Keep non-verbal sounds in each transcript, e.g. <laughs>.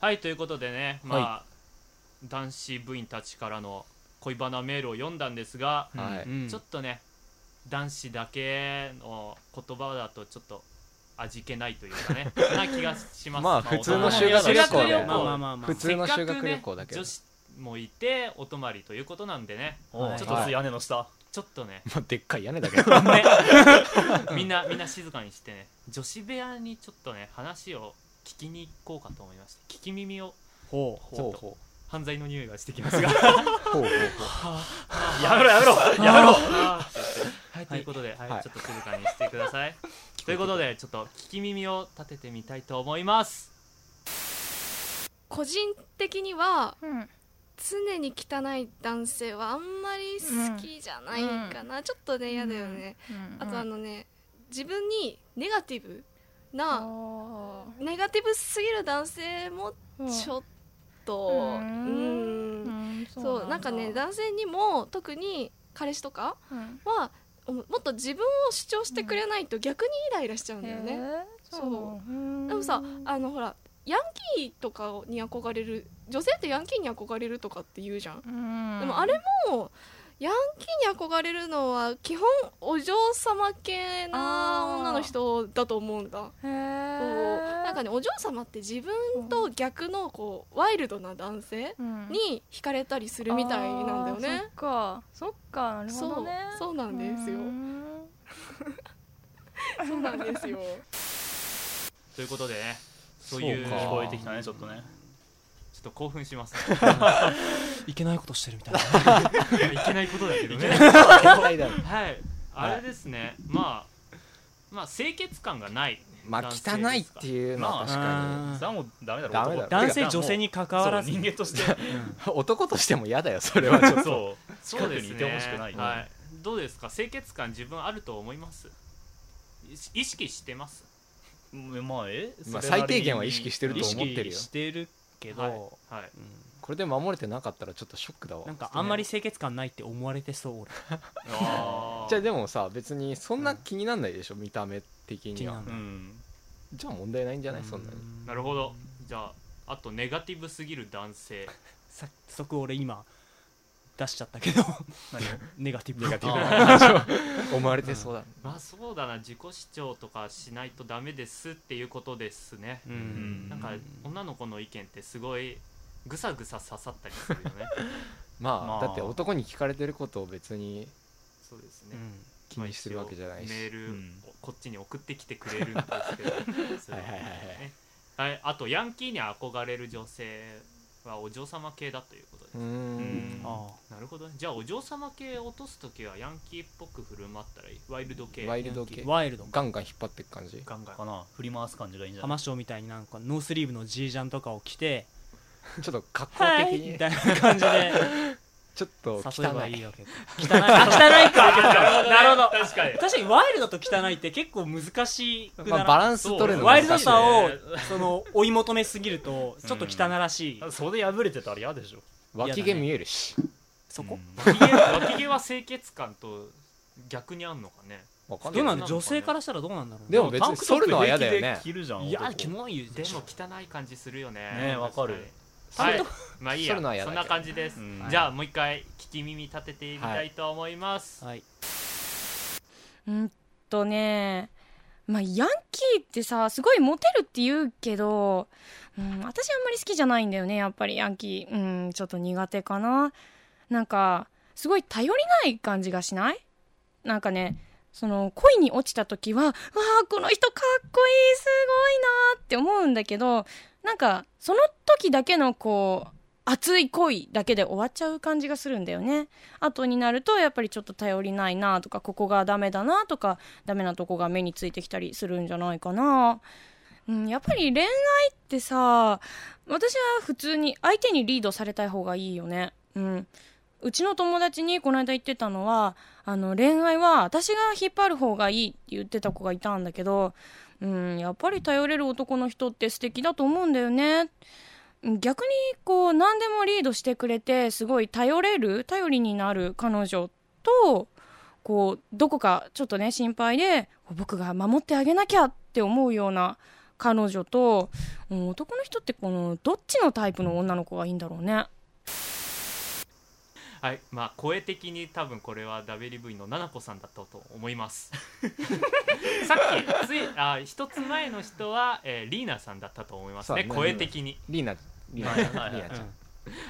はいということでねまあ、は男子部員たちからの恋バナメールを読んだんですが、うんはいうんちょっとね男子だけの言葉だとちょっと味気ないというか <laughs> ねそんな気がしますまあ普通の修学旅行でまあ大人の修学まあまあまあまあ普通の修学旅行だけどせっかくね女子もいてお泊まりということなんでねはいいちょっとはい屋根の下ちょっとねまあでっかい屋根だけどねみんなみんな静かにしてね女子部屋にちょっとね話を聞きに行こうかと思いまして聞き耳をほちょ <laughs> ほうっとほ犯罪の匂いがしてきます <laughs> がうほうほうほうやめろやめろやめろ <laughs> はいということで、はいはいちょっと静かにしてくだ <laughs> さいということでちょっと聞き耳を立ててみたいと思います個人的にはうん常に汚い男性はあんまり好きじゃないかな、ちょっとね嫌だよね、あとあのね自分にネガティブなあネガティブすぎる男性もちょっとううーんんそうなんかね男性にも特に彼氏とかはおもっと自分を主張してくれないと逆にイライラしちゃうんだよね、でもさあのほらヤンキーとかに憧れる女性ってヤンキーに憧れるとかって言うじゃん、ででももあれもヤンキーに憧れるのは基本お嬢様系なあー女の人だと思うんだこへえうなんかねお嬢様って自分と逆のこうワイルドな男性に惹かれたりするみたいなんだよねそっかそっかなるほそどうねそうなんですよそうなんですよということでねそうそういうか聞ちょこえてきたねちょっとねっと興奮します、 <laughs> ういけないことしてるみたいなね、 <laughs> いけないことだけど <laughs> ね絶対だろはいあれですね、まあまあ清潔感がないまあ汚いっていうのは確かそれはもうダメだろダメだろ男男性女性に関わらずそう人間としてに <laughs> 男としても嫌だよそれ <laughs> はちょっとそう近くにいてほしくない、はい、どうですか清潔感自分あると思いますい意識してますうんまあえまあそれなり最に低限は意識してると思ってるよ意識してるけど、はいはいうんこれで守れてなかったらちょっとショックだわなんかあんまり清潔感ないって思われてそう俺あーじゃあでもさ別にそんな気になんないでしょ、見た目的気にになはるうんじゃあ問題ないんじゃないそんなになるほどじゃああとネガティブすぎる男性早速俺今出しちゃったけど何 <laughs> ネガティブネガテ思われてそうだ、まあそうだな自己主張とかしないとダメですっていうことですねううんんなんか女の子の意見ってすごいぐさぐさ刺さったりするよねまあ、まあだって男に聞かれてることを別にそうですうね、ん気にするわけじゃないし、まあ一応メール、うんこっちに送ってきてくれるん <laughs> ですけどそれはいはいはいはいねはいあとヤンキーに憧れる女性はお嬢様系だということです、うーんうんあなるほどねじゃあお嬢様系落とす時はヤンキーっぽく振る舞ったらいいワイルド系ワあイルド系ワイルドガンガン引っ張ってく感じガンガンかな振り回す感じがいいんじゃない浜章みたいになんかノースリーブのジージャンとかを着てちょっと格好は的いに、みたいな感じでちょっと汚誘えばいいいわけ汚いあ汚いか <laughs> なるほど確かに確かにワイルドと汚いって結構難しくなまあ、らバランス取れるのワイルド難しいさをそうその追い求めすぎるとちょっと汚らしい、それ破れてたら嫌でしょ脇毛見えるしそこ、うん脇毛脇毛は清潔感と逆にあんのかねわかんどうなないんだ女性からしたらどうなんだろうでも別に剃るのは嫌だよねタンクトップ平気で着るじゃんいや男キモいででしもょ汚い感じするよねねわかる確にはいまあいいやそそれのは嫌だんけどな感じです、うんじゃあもう一回聞き耳立ててみたいと思います、はいうんとねまあヤンキーってさすごいモテるって言うけど、うん、私あんまり好きじゃないんだよねやっぱりヤンキー、うん、ちょっと苦手かななんかすごい頼りない感じがしないなんかねその恋に落ちた時は「わあこの人かっこいいすごいな」って思うんだけどなんかその時だけのこう熱い恋だけで終わっちゃう感じがするんだよね。後になるとやっぱりちょっと頼りないなとかここがダメだなとかダメなとこが目についてきたりするんじゃないかな、うん、やっぱり恋愛ってさ私は普通に相手にリードされたい方がいいよねうんうちの友達にこの間言ってたのはあの恋愛は私が引っ張る方がいいって言ってた子がいたんだけど、うん、やっぱり頼れる男の人って素敵だと思うんだよね逆にこう何でもリードしてくれてすごい頼れる頼りになる彼女とこうどこかちょっとね心配でこう僕が守ってあげなきゃって思うような彼女と、うん男の人ってこのどっちのタイプの女の子がいいんだろうねはいまあ声的に多分これは WV のななこさんだったと思います <laughs> さっきついあ一つ前の人は、えーリーナさんだったと思いますねそうね声的にリーナリーナはいリはいーナちゃん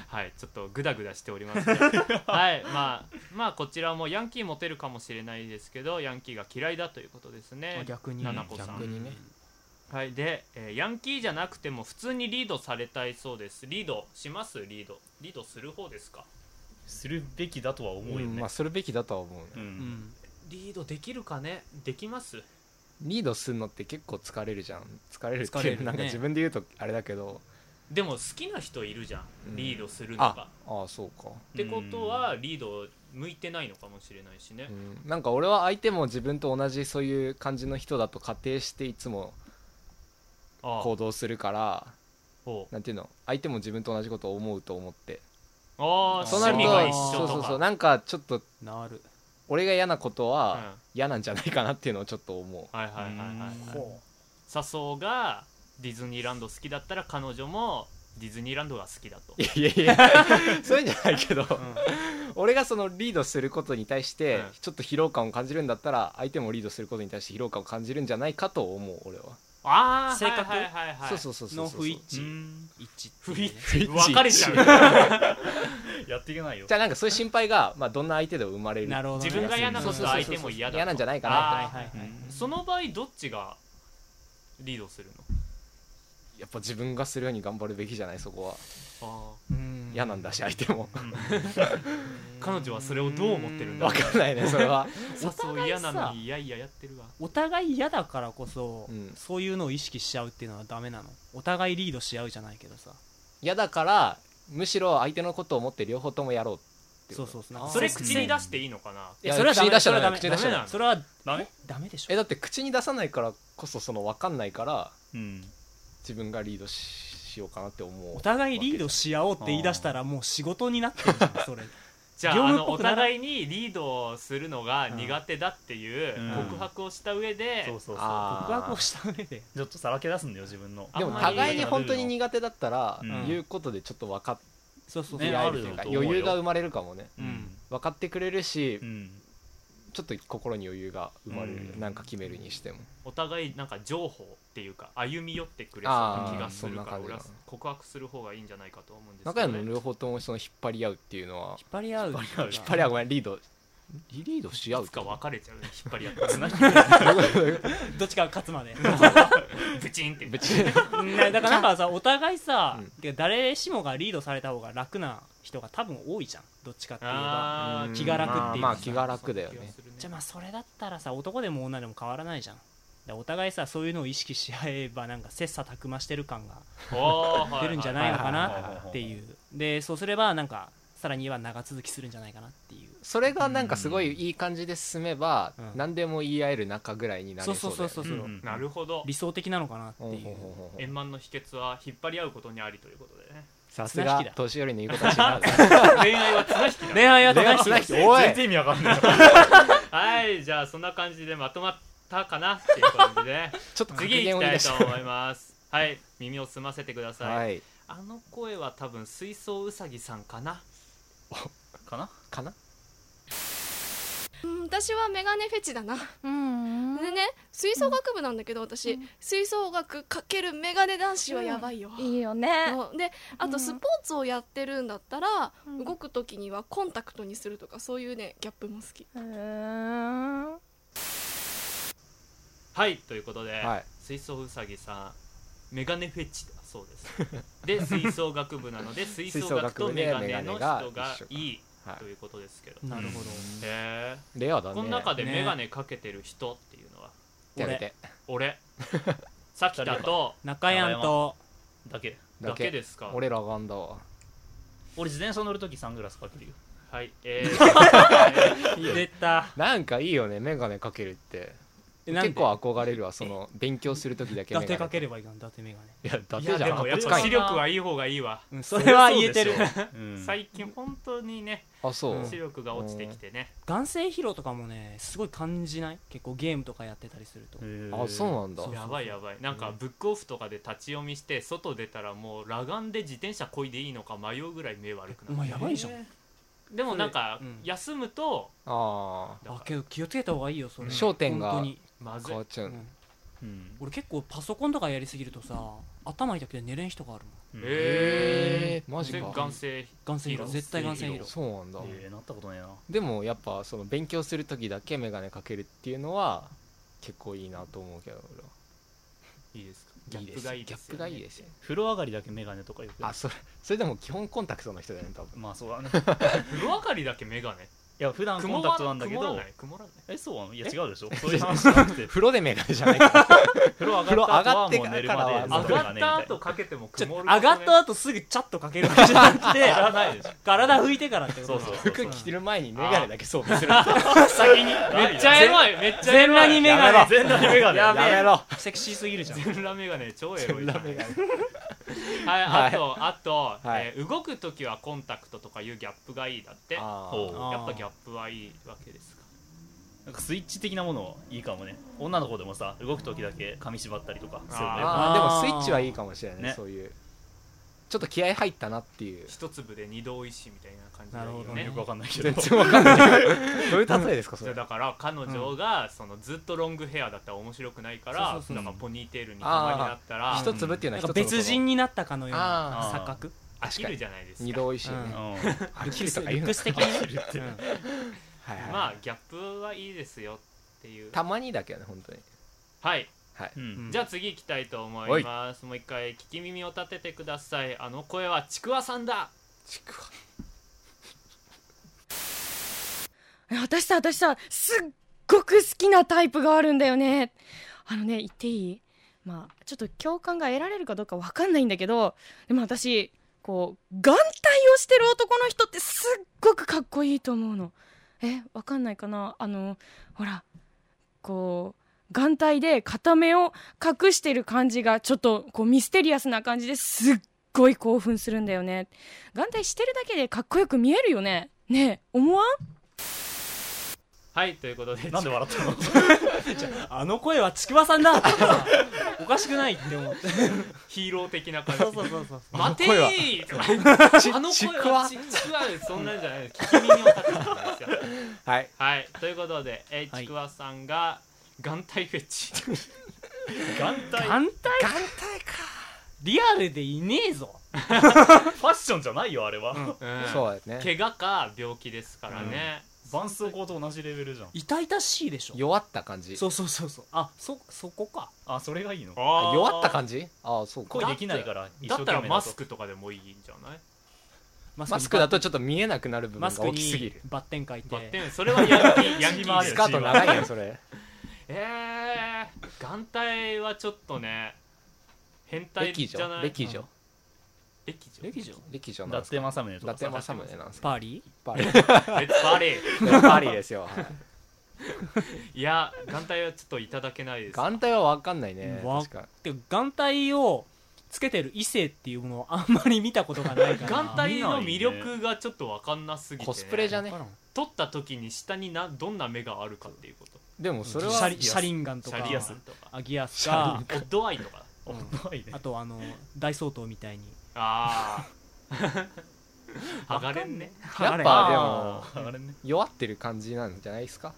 はいちょっとグダグダしておりますけ <laughs> どはいまあまあこちらもヤンキーモテるかもしれないですけどヤンキーが嫌いだということですねあ逆にななこさん逆にねはいで、えーヤンキーじゃなくても普通にリードされたいそうですリードしますリードリードする方ですかするべきだとは思うようんねまあするべきだとは思うねううんんリードできるかねできますリードするのって結構疲れるじゃん疲れるって疲れいるうねなんか自分で言うとあれだけどでも好きな人いるじゃうんんリードするのがあ、ああそうかってことはリード向いてないのかもしれないしね、うんなんか俺は相手も自分と同じそういう感じの人だと仮定していつもああ行動するからほうなんていうの相手も自分と同じことを思うと思ってああそうなる趣味が一と緒そとうかそうそうなんかちょっとなる俺が嫌なことはう嫌なんじゃないかなっていうのをちょっと思う、はいはいはいはいはいほ笹生がディズニーランド好きだったら彼女もディズニーランドが好きだといやいやいやそういうんじゃないけど、ん俺がそのリードすることに対してうんちょっと疲労感を感じるんだったら相手もリードすることに対して疲労感を感じるんじゃないかと思う俺は、ああ性格はいはいはいはいそうそうそうそうのそう不一う致ん一致不っていう一ね致 <laughs> 不一致別れちゃうやっていけないよじゃあなんか <laughs> そういう心配が、まあ、どんな相手でも生まれるなるほどね自分が嫌なことそうそうそう相手も嫌だと嫌なんじゃないかなとああはいはいはいうんその場合どっちがリードするやっぱ自分がするように頑張るべきじゃないそこはのあうん嫌なんだし相手もあ彼女はそれをどう思って <laughs> るんだろ分かんないねそれはう笹生嫌なのにいやいややってるわお互い嫌だからこそ、うんそういうのを意識しちゃうっていうのはダメなのお互いリードし合うじゃないけどさ嫌だからむしろ相手のことを思って両方ともやろうってそことうそうそうなんかそれ口に出していいのかなやそれはダ口にメ出しちゃダメそれは口に出しちゃダメダメそれはダメダメでしえょだって口に出さないからこそその分かんないからうん自分がリードししようかなって思うお互いリードし合おうって言い出したらもう仕事になってるじゃんそれじゃあ業あ務っのぽおくなら互いにリードするのが苦手だっていううん告白をした上で、そうそうそうあ告ー白をした上でちょっとさらけ出すんだよ自分のあでんもまり互いに本当に苦手だったら、うん言うことでちょっと分かっそうそうそう、てねやえるというあか、ると思うよ余裕が生まれるかもねうん分かってくれるし、うんちょっと心に余裕が生まれる、うんなんか決めるにしてもお互いなんか情報っていうか歩み寄ってくれそうな気がするかあーそんなら感じ俺だは告白する方がいいんじゃないかと思うんですけ中ど、山のね、両方ともその引っ張り合うっていうのは引っ張り合う引っ張り合う引引っ張り合うごめんリードリリード <laughs> し合ういつか別れちゃうね引っ張り合ってつなぎどっちかが勝つまで <laughs> ブチンって別にねだからなんかさお互いさ、うんてか誰しもがリードされた方が楽な人が多分多いじゃんどっちかっていうとじあうんー気が楽っていうかまあ、まあ気が楽だよそんな気がねするゃあまあそれだったらさ男でも女でも変わらないじゃんだからお互いさそういうのを意識し合えばなんか切磋琢磨してる感がおーはい出るんじゃないのかはなっていうでそうすればなんかさらには長続きするんじゃないかなっていうそれがなんかすごいいい感じで進めば、うん何でも言い合える仲ぐらいになそれうそそううだそよねううそうそう、んうんなるほど理想的なのかなってほういほううほうほう円満の秘訣は引っ張り合うことにありということ <laughs> でねさす綱引がきだ年寄りの言うことは違うな恋愛は綱引きだ恋 <laughs> 愛は電話し正しないい人おい全然意味わかんないはいじゃあそんな感じでまとまったかなっていう感じでちょっと格次言行きをた言い出いしと思いますはい耳を澄ませてくだたさい、はいあの声は多分水槽うさぎさんかなかなかな <laughs> うん私はメガネフェチだなうんでね吹奏楽部なんだけど私、うん吹奏楽かけるメガネ男子はやばいよ、いいよねそうであうとんスポーツをやってるんだったら、うん動く時にはコンタクトにするとかそういうねギャップも好きうーんはいということで、はい水槽うさぎさんメガネフェチだそうですで吹奏楽部なので吹奏楽とメガネの人がいいはいということですけど、なるほど、へレアだえねこの中でねメガネかけてる人っていうのはやめて俺さっきだと中山とだけだけですか俺らがんだわ俺自転車乗るときサングラスかけるよはいえー出たなんかいいよねメガネかけるってえなん <laughs> で結構憧れるわその勉強する時だけ伊達かけるればいいかん伊達メガネいや伊達いやじでゃんもあやっ使ぱい視ん力はいい方がいいわ、うんそれは言えてるそりゃそうでしょうん最近本当にねあそう、うん視力が落ちてきてね、眼性疲労とかもねすごい感じない結構ゲームとかやってたりするとへーあそうなんだそうやばいやばいなんかブックオフとかで立ち読みして外出たらもう裸眼で自転車こいでいいのか迷うぐらい目悪くおな前るやばいじゃんへでもなんかそれうん休むとあだあかけど気をつけた方がいいよそれ焦点が本当に、らまあずい変わっちゃううんうん俺結構パソコンとかやりすぎるとさ頭痛くて寝れん人があるもんうんえー、マジかで眼性眼性疲労疲労絶対眼性疲労そうなんだ、えーなったことねえなでもやっぱその勉強する時だけ眼鏡かけるっていうのは結構いいなと思うけど俺はいいですかギャッでプすがいいギでャすよップねがいいですよ風呂上がりだけメガネとかよくやあるそれそれでも基本コンタクトの人だよね多分まあそうだね <laughs> 風呂上がりだけ眼鏡いや普段コン曇タらクトなんだけ曇らどない曇らないえそうなのいや違うでしょそういう話じゃなくて風呂で眼鏡じゃないから風呂 <laughs> 風上呂上がった後がはってからもう寝るまであ上がった後かかけてもちょ曇る上ことねがった後すぐチャッとかけるわけじゃな <laughs> くてらないでしょ体拭いてからってことだそうそうそう服着てる前に眼鏡だけ装備する先にめっちゃエロいめっちゃエ全ロ裸にいメガネ全裸にメガネややべえめろセクシーすぎるじゃん全裸眼鏡超エロいじゃん眼鏡 <laughs> はい、あと、あと、はいえー動くときはコンタクトとかいうギャップがいいだって。やっあほうあーぱギャップはいいわけですか。なんかスイッチ的なものいいかもね女の子でもさ動く時だけ髪縛ったりとかするよねあああーーでもスイッチはいいかもしれないねねそういうちょっと気合入ったなっていう一粒で二度おいしみたいな感じがいいよなねるよほくわかんないけど全然わかんないどういう例えですかそじゃあれだから彼女がそのずっとロングヘアだったら面白くないから、そうそうそうなんかポニーテールにたまになったらあー飽一粒っていうのなはん一つかの別人になったかのようなあー錯覚あきるじゃないですか二度おいしいようねうん飽きるとか言うルのックス的にねうんはいはいまあギャップはいいですよっていうたまにだけどね本当にはいうんじゃあ次行きたいと思いますもう一回聞き耳を立ててくださいあの声はちくわさんだちくわえ私さ私さすっごく好きなタイプがあるんだよねあのね言っていいまあちょっと共感が得られるかどうかわかんないんだけどでも私こう眼帯をしてる男の人ってすっごくかっこいいと思うのえわかんないかなあのほらこう眼帯で片目を隠してる感じがちょっとこうミステリアスな感じですっごい興奮するんだよね眼帯してるだけでかっこよく見えるよねねえ思わんはいということでなんで笑ったのあの声はちくわさんだって <laughs> さおかしくないって思ってヒーロー的な感じそうそうそうそう待て声はーとか言ってあのち声くはわちくわそんなんじゃないです聞き耳を立ててくださいはいはい、ということで、えーはいちくわさんが眼帯フェチ眼帯フ眼帯眼帯かリアルでいねえぞァッションじゃないよあれは、うんそうですね怪我か病気ですからね、絆創膏と同じレベルじゃん痛々しいでしょ弱った感じそうそうそうそうあそそこかあそれがいいのあー弱った感じああそうか恋できないから一だ生った懸ら命マだスとクとかでもいいんじゃないママスクだとちょっと見えなくなる部分マがスク大きすぎにるバッテン書いてバッテンそれはヤンキーヤンキチーーマーだでスす <laughs> カート長いよそれえー、眼帯はちょっとね変態歴じゃな女い歴女歴女歴女歴女伊なんですか達政宗伊とか達さ政宗なんですかパーリパリレッツパーレーパリですよはいいや眼帯はちょっといただけないです <laughs> 眼帯は分かんないねわ確かーてか眼帯をつけてる異性っていうものをあんまり見たことがないから眼帯の魅力がちょっと分かんなすぎて、ね、コスプレじゃねわからん撮った時に下になどんな目があるかっていうことでもそれはシャリシャリンガンとシかャリアスとかアギアスシャかオッドアイとか怖いねあとあの大総統みたいにあ <laughs> あ剥がれんねやっあぱれであもーあれね弱ってる感じなんじゃないですか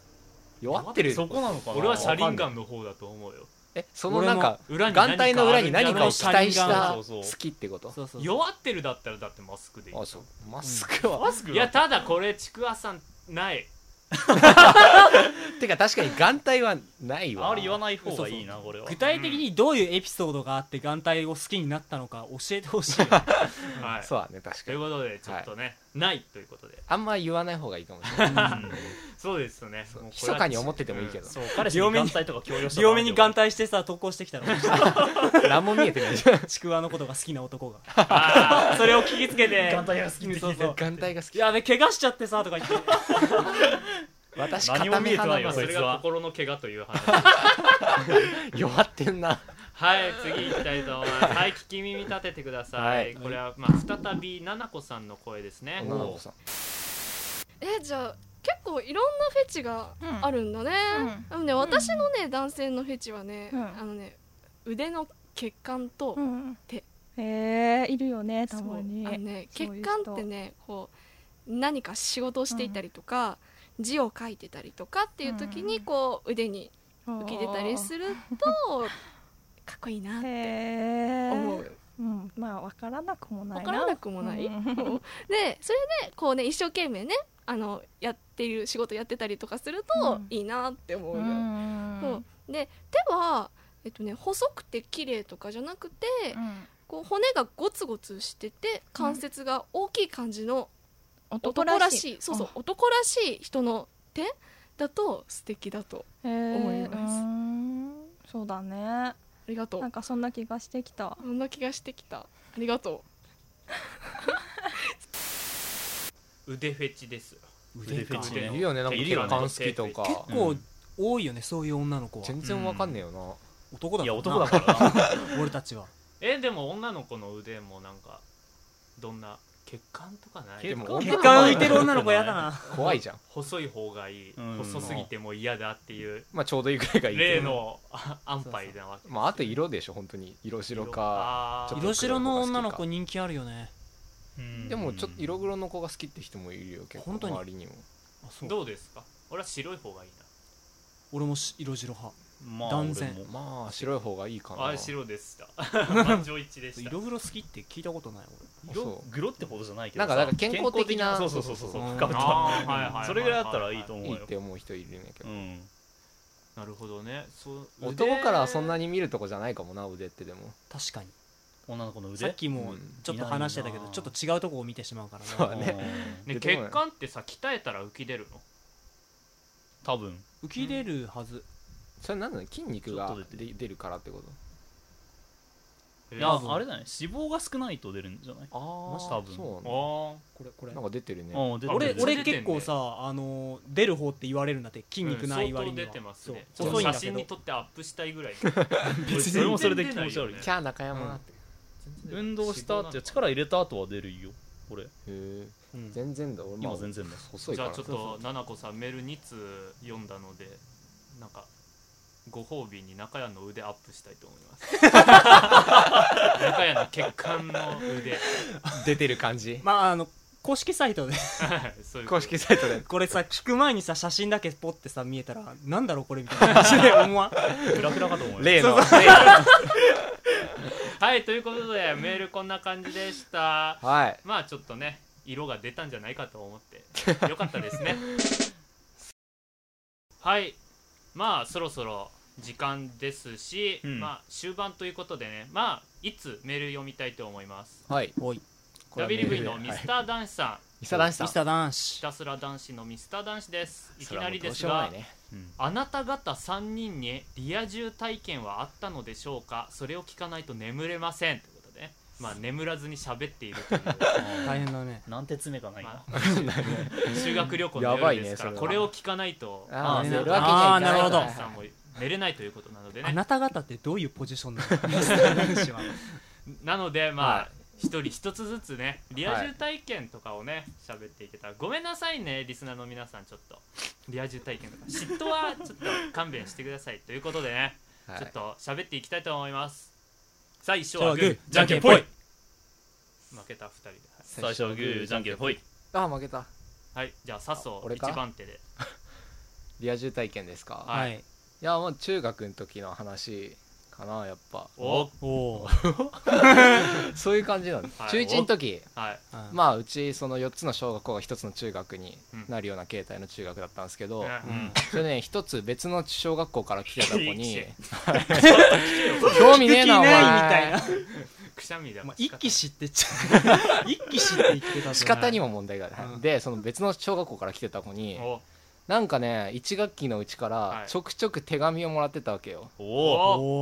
弱ってるそこなのかな俺はシャリンガンの方だと思うよえそのなんか裏に眼帯の裏に何かをあるんじ期ゃない待しあたるんじゃない好きってことそうそう弱ってるだったらだってマスクでいいあそうマスクはマスクいやただこれちくわさんないてか確かに眼帯はないわあんまり言わない方がいいなこれは具体的にどういうエピソードがあって眼帯を好きになったのか教えてほしい <laughs> よはいそうだね確とかいうにことでちょっとね、ないということであんま言わない方がいいかもし <laughs> れないそうですねもうこれは密かに思っててもいいけどそう彼氏に眼帯とか強要した両目に眼帯してさ投稿してきたら何も見えてないじゃんちくわのことが好きな男があそれを聞きつけて眼帯が好きって聞いてそうそう眼帯が好きやべ怪我しちゃってさとか言って私何も固め見えてな派ないまあよのそこいれつがは心の怪我という話弱ってんなはい次行きたいと思いますはい聞き耳立ててください、はいこれはまあ再びななこさんの声ですね女の子さんえじゃあ結構いろんなフェチがあるんだね、あのね私のね男性のフェチはね、うんあのね腕の血管と、うん手えーいるよねたまにそうあのねそう血いう人管ってねこう何か仕事をしていたりとか、字を書いてたりとかっていう時にこう腕に浮き出たりするとかっこいいなっへてえ思ううんまあわからなくもない分なからなくもない、 <laughs> うんうんでそれでこうね一生懸命ねあのやっている仕事やってたりとかすると、うんいいなって思ううよ、んそうで手は、えっとね、細くて綺麗とかじゃなくて、うんこう骨がゴツゴツしてて関節が大きい感じの男男ららしいしいそうそう男らしい人の手だと素敵だとへー思いますうんそうだねありがとなんうかそんな気がしてきたそんな気がしてきたありがと腕フェチですよ腕フェチ腕いかるねよねなんかいるよね缶好きとか結う構ん多いよねそういう女の子は全然わかんねえよな、男だいかやら男だなからな俺たちは <laughs> えでも女の子の腕もなんかどんな血管とかない血で管も血女管浮いてる女の子やだな怖いじゃん細い方がいい、うん細すぎても嫌だっていうまあちょうどいいくらいがいいけ例どのあ安牌なわけまああと色でしょ本当に色白あかーちょっと <laughs> 色白の女の子人気あるよねうんでもちょっと色黒の子が好きって人もいるよ結構本当に周りにもあそうどうですか俺は白い方がいい俺もし色白派まあ断然俺もまあ白い方がいいかななあ白で <laughs> した満場一致でした色黒好きって聞いたことないあ色そグロってほどじゃないけなどんさかなんか健康的な健そうそうそうそうそうそう深めたあーはいはいはいはいそれぐらいだったらいいとう思ういいよって思う人いるんだけうど、んなるほどねそう男からはそんなにに見るとこじゃないかもな腕ってでも俺確かに女の子の腕さっきもちょっと話してたけいどないなちょっと違うとこを見てしまうからそうだねうねんで血も管ってさ鍛えたら浮き出るの多分浮き出るはずそれなんだろう筋肉ちょがっと出てで出るからってことえいーやあ分あれだね脂肪が少ないと出るんじゃないあマジ多分そうなんーだこれこれなんか出てるねうん出てる俺全然俺出てんね結構さあの出る方って言われるんだって筋肉ない割にはうん相当出てますねそうちょっと細いんだ写け真どに撮ってアップしたいぐらいそれもそれで気持ち悪いキャー中山って、運動したって力入れた後は出るよ俺へえうん全然だ俺まあ今全然だ細いじかゃあらちょっとななこさんメール2通読んだのでなんかご褒美に中谷の腕アップしたいと思います中谷の血管の腕出てる感 <laughs> じまああの公式サイトで <laughs> そういうこと公式サイトでこれさ聞く前にさ写真だけポッてさ見えたらなんだろうこれみたいな感じで思わんフラフラかと思うよ例のはいということでメールこんな感じでしたはいまあちょっとね色が出たんじゃないかと思ってよかったです <laughs> ねはいまあそろそろ時間ですし、うんまあ終盤ということでねまあいつメール読みたいと思います <laughs> はいおいこれはメール WV でのミスはいター男子さん、ミスター男子さんミスター男ひ子たすら男子のミスター男子ですいきなりどでうしすようもながいねうんあなた方3人にリア充体験はあったのでしょうかそれを聞かないと眠れませんということでねまあ眠らずに喋っている <laughs> という大変だねなんて詰めかないな <laughs> まあ、修学旅行のやば夜いですかねら、それはこれを聞かないとあーね寝るわはいかけにないあーなるほど皆さんも寝れないということなのであねなた方ってどういうポジションな <laughs> のミスター男子はなのでまはあ一人一つずつねリア充体験とかをね喋っていけたらごめんなさいねリスナーの皆さんちょっとリア充体験とか嫉妬はちょっと勘弁してくださいということでねはいちょっと喋っていきたいと思います最初はグじゃあーじゃんけグーんぽじゃいん負けた二人で最初はグーじゃんけんぽいあ負けたはい、はい、じゃあ笹あ生俺一か番手でリア充体験ですか、はいはいいやもう中学の時の話かなやっぱおおおそういう感じなんです、はい中1の時はいまあうちその4つの小学校が1つの中学になるような形態の中学だったんですけど、ねうんそれね1つ別の小学校から来てた子 <laughs> いいにね <laughs> 興味ねえ <laughs> なお前聞きないみたいなくしゃみだまあ一気し知ってっ <laughs> ちゃう一気知って言ってたぞ仕方にも問題がある、うんでその別の小学校から来てた子におなんかね1学期のうちかはらいちょくちょく手紙をもらってたわけよおお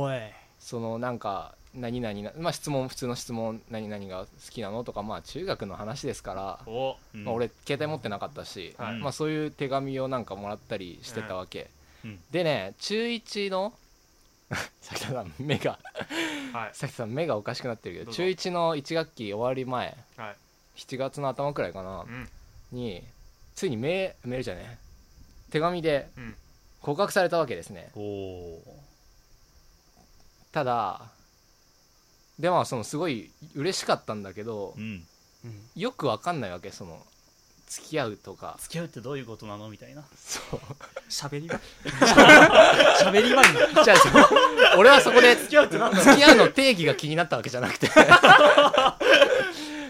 おおいそのなんか何々な、まあ、質問普通の質問何々が好きなのとか、まあ、中学の話ですから、お、うんまあ、俺携帯持ってなかったし、はいまあ、そういう手紙をなんかもらったりしてたわけ、うんでね中1の <laughs> さきたさん目がはいさきたさん目がおかしくなってるけどどうぞ中1の1学期終わり前はい7月の頭くらいかなうんについにメメールじゃね手紙でうん告白されたわけですねおおただでまあそのすごい嬉しかったんだけどーうんよくわかんないわけその付き合うとか付き合うってどういうことなのみたいなそう喋 <laughs> りは喋りはじゃあその俺はそこで付き合うってなんだ付き合うの定義が気になったわけじゃなく <laughs> て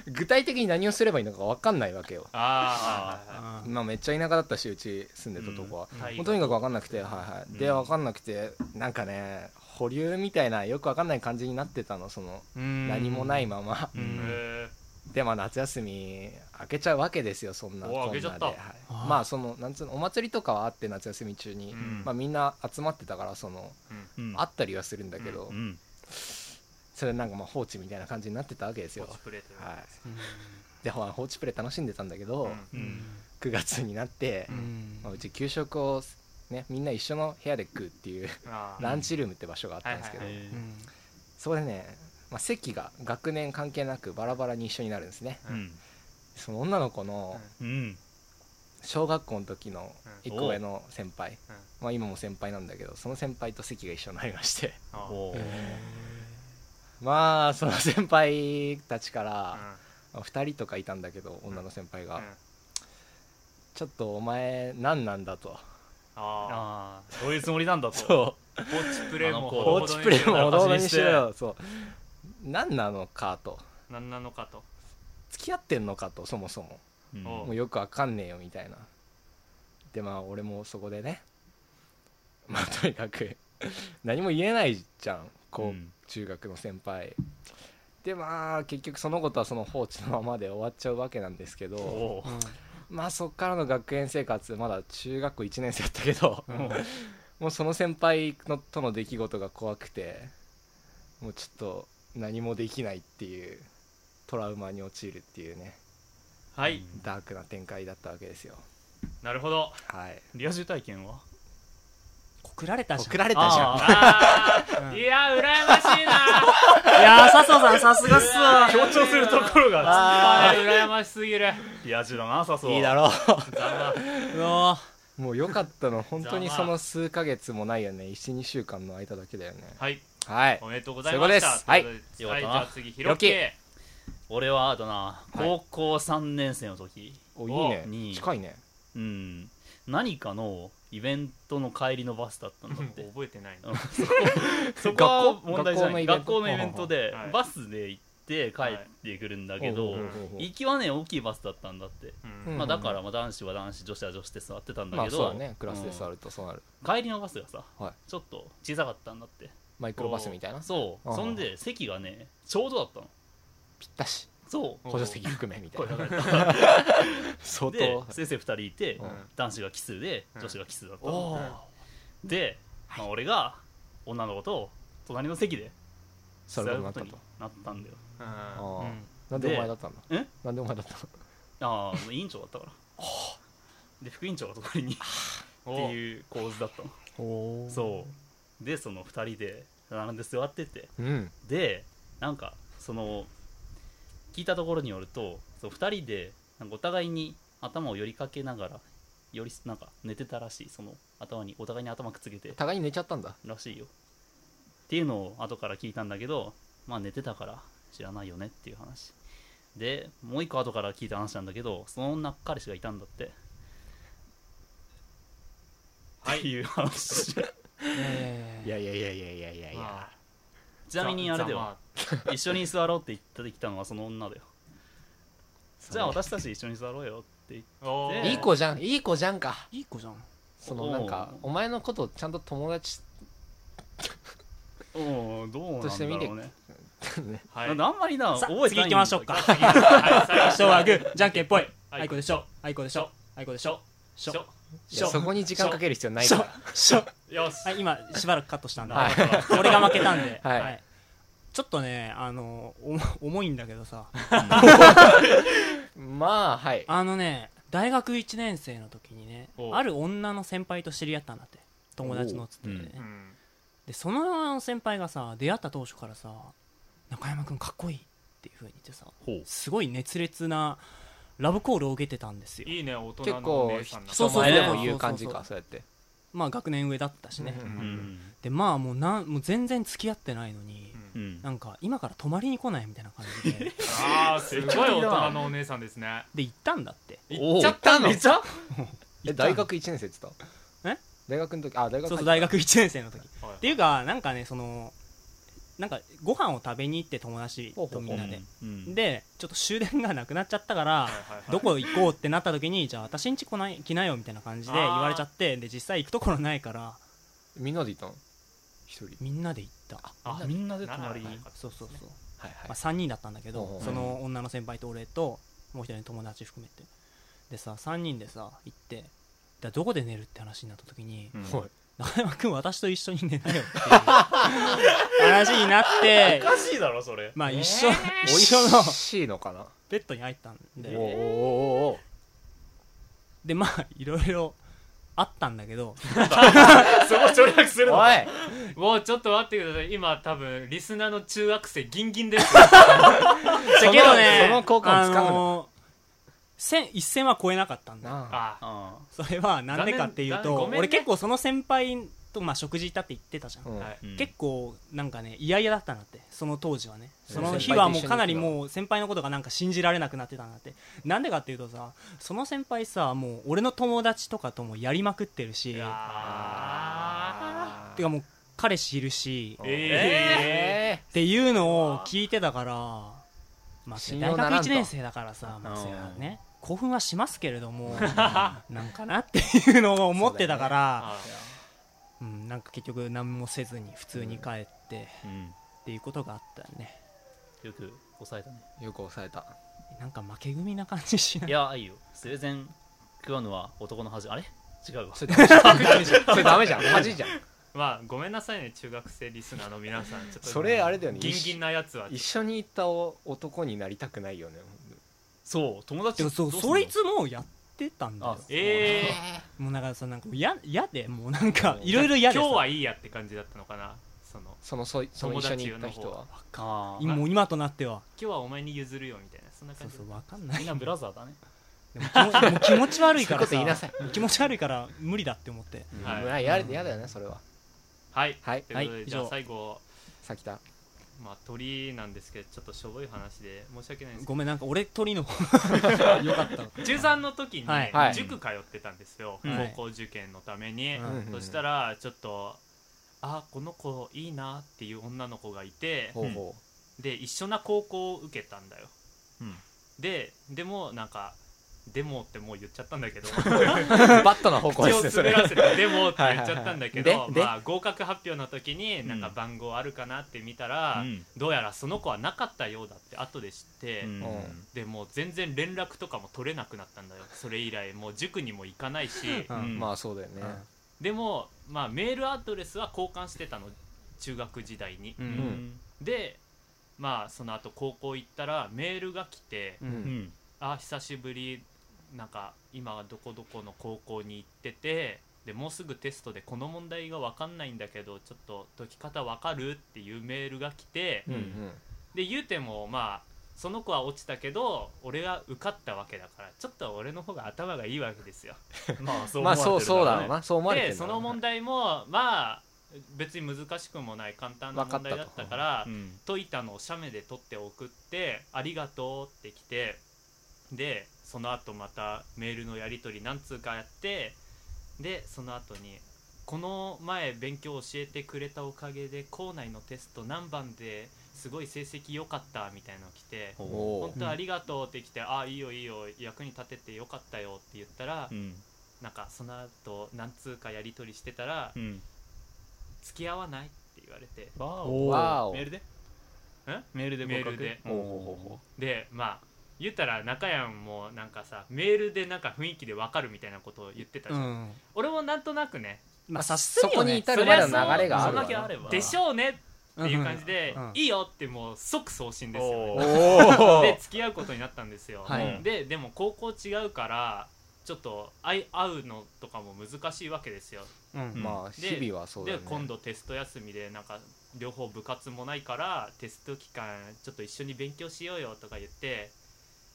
具体的に何をすればいいのかわかんないわけよあああまあめっちゃ田舎だったしうち住んでたとこは、はいもうとにかく分かんなくて、はいはいでうん分かんなくてなんかね保留みたいなよく分かんない感じになってたのその何何もないまま、うんへでまあ夏休み明けちゃうわけですよそんなおこんな明けで、ちゃったはいあーまあそのなんつうのお祭りとかはあって夏休み中に、うんまあみんな集まってたからそのうんあったりはするんだけど、うんそれなんかまあ放置みたいな感じになってたわけですーよポチプレーというはいーうんでほら放置プレイ楽しんでたんだけうど、んうん9月になって、ううんまあ、うち給食をねみんな一緒の部屋で食うっていうあーランチルームって場所があったんですけど、はいはえうーんそこでね、まあ、席が学年関係なくバラバラに一緒になるんですねうんその女の子のうんうん小学校の時のうん一個上の先輩、うんまあ、今も先輩なんだけどその先輩と席が一緒になりましてあーおーまあその先輩たちかうらんまあ2人とかいたんだけど女の先輩が、うんちょっとお前何なんだとあああどういうつもりなんだとそうー放置プレイもあの放子ほど置ほどプレイもほどほど驚ににししてろよそう何なのかと何なのかと付き合ってんのかとそもそもうんおもうよくわかんねえよみたいなでまあ俺もそこでねまあとにかく何も言えないじゃんこう、うん中学の先輩でまあ結局そのことはその放置のままで終わっちゃうわけなんですけどおーまあそっからの学園生活まだ中学校1年生だったけどおーもうその先輩のとの出来事が怖くてもうちょっと何もできないっていうトラウマに陥るっていうねはいダークな展開だったわけですよなるほどはいリア充体験は告られたじゃん送られたじゃんああ <laughs> うーんいや羨ましいないやー笹生さんさすがっすわ強調すると <laughs> ころがあー羨ましすぎるリア充だなさそういいいだろざまうわうもう良かったの本当にそざまの数ヶ月もないよね12週間の間だけだよねはいはいおめでとうございましたそういうとこということでははいいじゃあ次ひろきよ俺はあだなはい高校3年生の時おいいおにね近いねうん何かのイベントの帰りのバスだったんだうんって覚えてないなうん <laughs> そこそこは学校問題じゃない学学校校ののイイベベンントトではいバスで行って帰ってくるんだけどおうおうおうおう行きはね大きいバスだったんだってうんまあうんだからまあ男子は男子女子は女子って座ってたんだまけあどそうだねクラスでうん座るとそうなる帰りのバスがさはいちょっと小さかったんだってマイクロバスみたいなそうあーそんで席がねちょうどだったのぴったしそう補助席含めみたい声なかかれた <laughs> 相で当先生2人いてうん男子が奇数でうん女子が奇数だったのおーで、まあ、俺が女の子と隣の席でそれ座こるとになったとことになったんだようんあーあうんなんでお前だったんだえなんでお前だったのああ委員長だったからで副委員長が隣に <laughs> っておいう構図だったのおそうでその2人で並んで座っててううんでなんかその聞いたところによるとそう2人でなんかお互いに頭を寄りかけながらよりなんか寝てたらしいその頭にお互いに頭くっつけて互いに寝ちゃったんだらしいよっていうのを後から聞いたんだけどまあ寝てたから知らないよねっていう話でもう一個後から聞いた話なんだけどその女彼氏がいたんだってっていう話いやいやいやいやいやいやいやまあちなみにあれだざよま一緒に座ろうって言ってきたのはその女だよじゃあ私たち一緒に座ろうよって言っておーいい子じゃんいい子じゃんかいい子じゃんそのなんかおお前のことをちゃんと友達おおどうなんだろうねねはいなんであんまりなさ覚えて次ない行んだきましょうかはい最後最初はグーじゃんけんぽいはあいいこでしょあいこでしょあいこでしょしょしょいやそこに時間かける必要ないからしょよしはい今しばらくカットしたんだはい俺が負けたんではいはいちょっとねあのおも重いんだけどさまあはいあのね大学1年生の時にねおうある女の先輩と知り合ったんだって友達のつってね、うんでその先輩がさ出会った当初からさ中山君かっこいいっていう風に言ってさほうすごい熱烈なラブコールを受けてたんですよいいね大人結のお構姉さんなそう人そう前でも言う感じかそうやってまあ学年上だったしね、うんうんでまあもうなんもう全然付き合ってないのに、うんうんなんか今から泊まりに来ないみたいな感 <laughs> じでああすごい大人のお姉さんですねで行ったんだって行っちゃったのめちゃ <laughs> え行ったの大学1年生って言ったえ大学の時あ大学そうそう入っ大学1年生の時っはいていうかなんかねそのなんかご飯を食べに行って友達とみんなでうんでちょっと終電がなくなっちゃったからはいはいはいどこ行こうってなった時にじゃあ私んち来ない来なよみたいな感じで言われちゃってで実際行くところないからみんなでいたの一人みんなで行ったあみんなで隣にそうそうそう、はいまあ、3人だったんだけおうおどうその女の先輩と俺ともう一人の友達含めてでさ3人でさ行ってじゃあどこで寝るって話になった時にうんはい中山君私と一緒に寝なよっていう <laughs> 話になっておかしいだろそれまあ一緒、美一味緒のしいのかなベッドに入ったんだおーよおーおーおでまあいろいろあったんだけどそこ省略するーのおいもうちょっと待ってください今多分リスナーの中学生ギンギンですだけどね、その効果を使うのあの千一線は超えなかったんだ。なあああそれはなんでかっていう残念と、残念ごめんね俺結構その先輩とまあ食事行ったって言ってたじゃん。うんはいー結構なんかね嫌々だったなってその当時はねうんその日はもうかなりもう先輩のことがなんか信じられなくなってたなってなんでかっていうとさその先輩さもう俺の友達とかともやりまくってるしいやてかもう彼氏いるしーええっていうのを聞いてたから、まあ、信大用ならんと学1年生だからさ、まあうんそりゃね、興奮はしますけれ <laughs> どもなんかなっていうのを思ってたからあう、ん、なんか結局何もせずに普通に帰って、っうんていうことがあったねよく抑えたねーよく抑えたなんか負け組な感じしないいやいいよスウェーデン食わぬは男の恥あれ違うわそれダメじゃんそれダメじゃん恥じゃんまあごめんなさいね中学生リスナーの皆さんちょっとそれあれだよねギンギンなやつは一緒に行った男になりたくないよねそう友達でもそどうすんのそいつもやってたんだよあえもうなんかさなんかや嫌でもうなんかうんいろいろえ今嫌日でさはいいやって感じだったのかなそのそのそその一緒に行った人友はあー今もう今となっては今日はお前に譲るよみたいなそんなそ感うじそうわか <laughs> んないみんなブラザーだねでも気持もう気持ち悪いかそういうらこと言いなささ気持ち悪いから無理だって思ってはいうんややだよねそれははいはいということはでいじゃ以あ上最後さきたまあ鳥なんですけどちょっとしょぼい話で申し訳ないんですけごめんなんか俺鳥 <laughs> の方がよかったど中3の時にはいはい塾通ってたんですよはい高校受験のためにうんそしたららちょっとあこの子いいなっていう女の子がいてほうほで一緒な高校を受けたんだようんででもなんかでもってもう言っちゃったん <laughs> だけどうバットな方向で口をす滑ねそれらせ <laughs> てでもって言っちゃったんだけはいどはいはいでまあ合格発表の時になんか番号あるかなって見たらどうやらその子はなかったようだって後で知ってうんうんでもう全然連絡とかも取れなくなったんだよそれ以来もう塾にも行かないしううんんまあそうだよねでもまあメールアドレスは交換してたの中学時代にううんんでまあその後高校行ったらメールが来てううんんあ久しぶりなんか今はどこどこの高校に行っててでもうすぐテストでこの問題が分かんないんだけどちょっと解き方分かるっていうメールが来てうんで言うてもまあその子は落ちたけど俺は受かったわけだからちょっと俺の方が頭がいいわけですよ。 <laughs> まあそうんうまあそうそうだろねうなそう思われてでんだそろのうな問題もまあ別に難しくもない簡単な問題だったからうん解いたのを写メで撮って送って「ありがとう」って来てでその後またメールのやり取り何通かやってでその後に「この前勉強教えてくれたおかげで校内のテスト何番ですごい成績良かった」みたいなの来て「おお本う当ありがとう」って来て「あいいよいいよ役に立ててよかったよ」って言ったらうんなんかその後何通かやり取りしてたらうん「付き合わない?」って言われてわおわおメールでメールでメール合格でおうほうほうほでまあ言ったら中山もなんかさメールでなんか雰囲気でわかるみたいなことを言ってたじうゃん、ん俺もなんとなくねまあ察すそるよこにね至そるりまゃでそうの流れがあそんなるわなわけあれうばんでしょうねっていう感じで、うんうんいいよってもう即送信ですよ、おね、おで付き合うことになったんですよ、はいででも高校違うからちょっと会い会うのとかも難しいわけですようんまあで日々はそうでだよね今度テスト休みでなんか両方部活もないからテスト期間ちょっと一緒に勉強しようよとか言って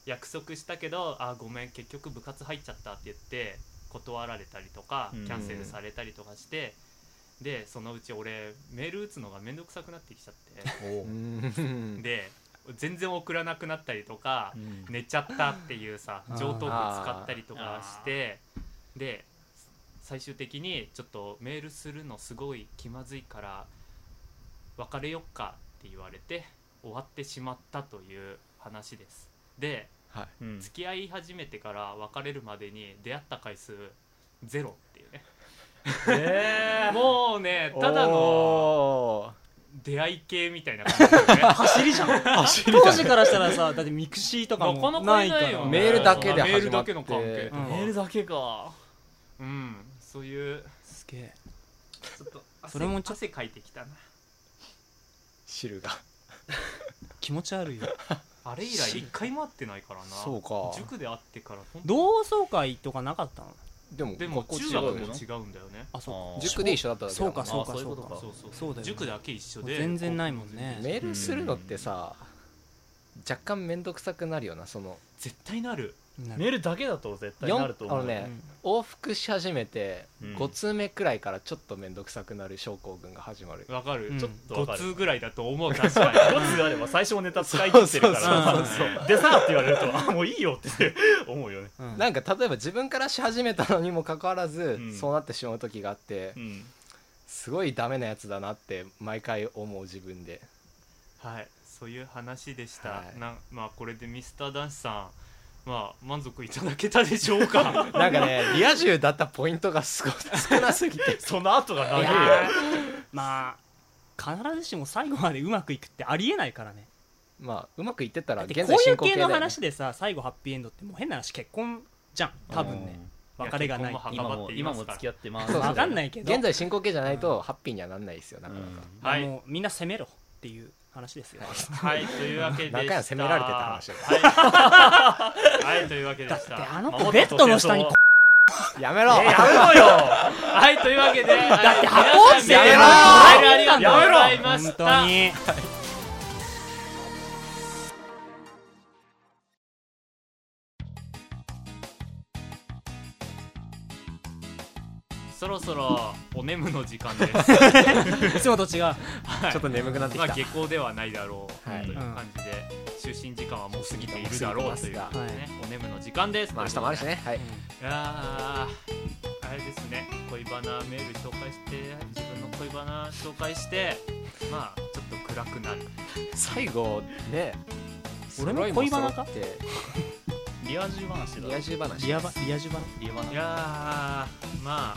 約束したけど「あごめん結局部活入っちゃった」って言って断られたりとかうんキャンセルされたりとかして、でそのうち俺メール打つのが面倒くさくなってきちゃ <laughs> っうてんで全然送らなくなったりとかう、ん寝ちゃったっていうさあー上等句使ったりとかしてで最終的にちょっとメールするのすごい気まずいから別れよっかって言われて終わってしまったという話ですで <laughs> はいうん付き合い始めてから別れるまでに出会った回数ゼロっていうね <laughs> えもうねただのお出会い系みたいな感じだよね走りじゃん <laughs> 当時からしたらさだってミクシーとなかかなもかないいなかいよらねメールだけメでール始まだってけの関係うんメールだけかうんそういうすげえちょっと汗それもちょ汗かいてきたなー汁が気持ち悪いよあれ以来一回も会ってないからなそうか塾で会ってからほんと同窓会とかなかったのでもでもここ中学も違うんだよねあそうあー塾で一緒だっただけだもんなそうかそうかあーそういうことそうかそうそうだよね塾だけ一緒で全然ないもんねメールするのってさ若干面倒くさくなるよなその絶対なるなメールだけだと絶対よんなると思うあのうねん往復し始めてうん5通目くらいからちょっと面倒くさくなる症候群が始まるわかる、うんちょっとわか5る通ぐらいだと <laughs> 思う確かに一つあれば最初のネタ使い切ってるからそうそうでさって言われるとあもういいよって思うよね、うんなんか例えば自分からし始めたのにもかかわらず、うんそうなってしまう時があって、うん、すごいダメなやつだなって毎回思う自分ではいそういう話でした、はいなんまあこれでミスター男子さんまあ満足いただけたでしょう <laughs> かなんかねリア充だったポイントがすごい少なすぎてその後が長いいよやーまあ必ずしも最後までうまくいくってありえないからねまあうまくいってたらだって現こ在うい進う行形系だよねの話でさ最後ハッピーエンドってもう変な話結婚じゃん多分ね別れがないいや結婚も今墓場っもて言い今まもすか付らき合ってまそすうそうそうわかんないけど現在進行形じゃないとハッピーにはなんないですよなかなか、はいもうみんな責めろっていう話ですよはいというわけでした中屋責められてた話だはい、はい、というわけでしたあの子ベッドの下にこやめろやめろよはい、というわけで、だって箱落ちてやるめろありがとうございま本し当た。にそろそろお眠の時間です。いつもと違うはいちょっと眠くなってきまあた、下校ではないだろう、はいという感じで、就寝時間はもう過ぎているだろうという、ねもう過ぎてますおが眠の時間です。まあ明日もあるしね。ねはいいやーあれですね、恋バナメール紹介して、自分の恋バナ紹介して、まあちょっと暗くなる。最後ね俺の恋バナか揃いも揃っリア充話てだリア充話リアバリアジバリア話いやーまあ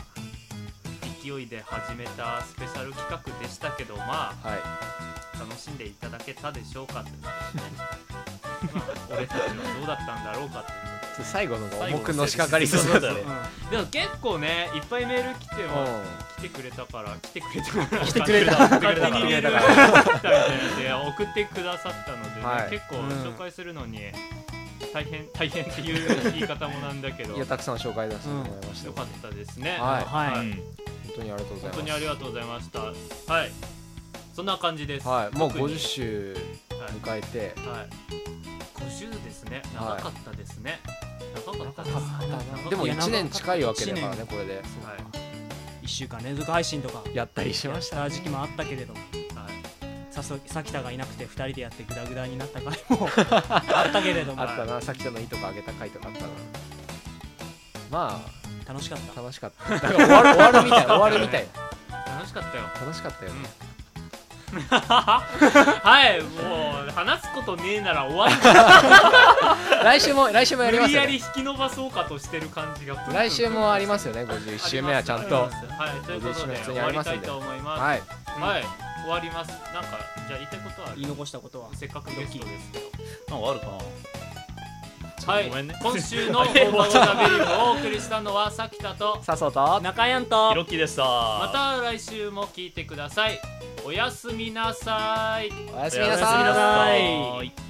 勢いで始めたスペシャル企画でしたけど、まあ。はい楽しんでいただけたでしょうかってことですねまあ俺たちはどうだったんだろうかってちょっと最後のが重くのしかかりそうだったねでも結構ねいっぱいメール来てうもん来てくれたから来てくれたから来てくれた勝手にメールが来たみたいで送ってくださったのでね、はい結構うん紹介するのに大変大変っていう言い方もなんだけどいやよたくさん紹介出してもらいましたよ、かったですねはいはういん本当にありがとうござ本います当にありがとうございましたはいそんな感じですはいもう特に50周はい迎えてはい。五十ですね。長かったですね。長かったです。でもいや1年近いわけだか一らね年これではい1週間連続配信とかやったりしやまっしたた時期もあったけれどもはい。さそさきたがいなくて2人でやってグダグダになった回もあったけれどもあったなさっきのいいとこあげた回とかあったなま楽しかったあ楽しかったなんか終わる終わるみたいな終わるみたい楽しかったよ。な楽しかったよね、はい。もう話すことねえなら終わり。来週も来週もやり無ま理すやよ、りね、引き伸ばそうかとしてる感じが。来週もありますよね51週目はちゃんとありますはい。ということで普通終にあわりりますたいんでと思います。はいはい。終わります。なんかじゃあ言いたいことはあ言いる。残したことはせっかくゲストですけど。なんかあるかなはい、ごめんね今 <laughs> 週の「放課後ダベリブ」をお送りしたのはさきたとさそうと中やんとひろきでしたまた来週も聞いてくださいおやすみなさいおやおすみなやすさみないさい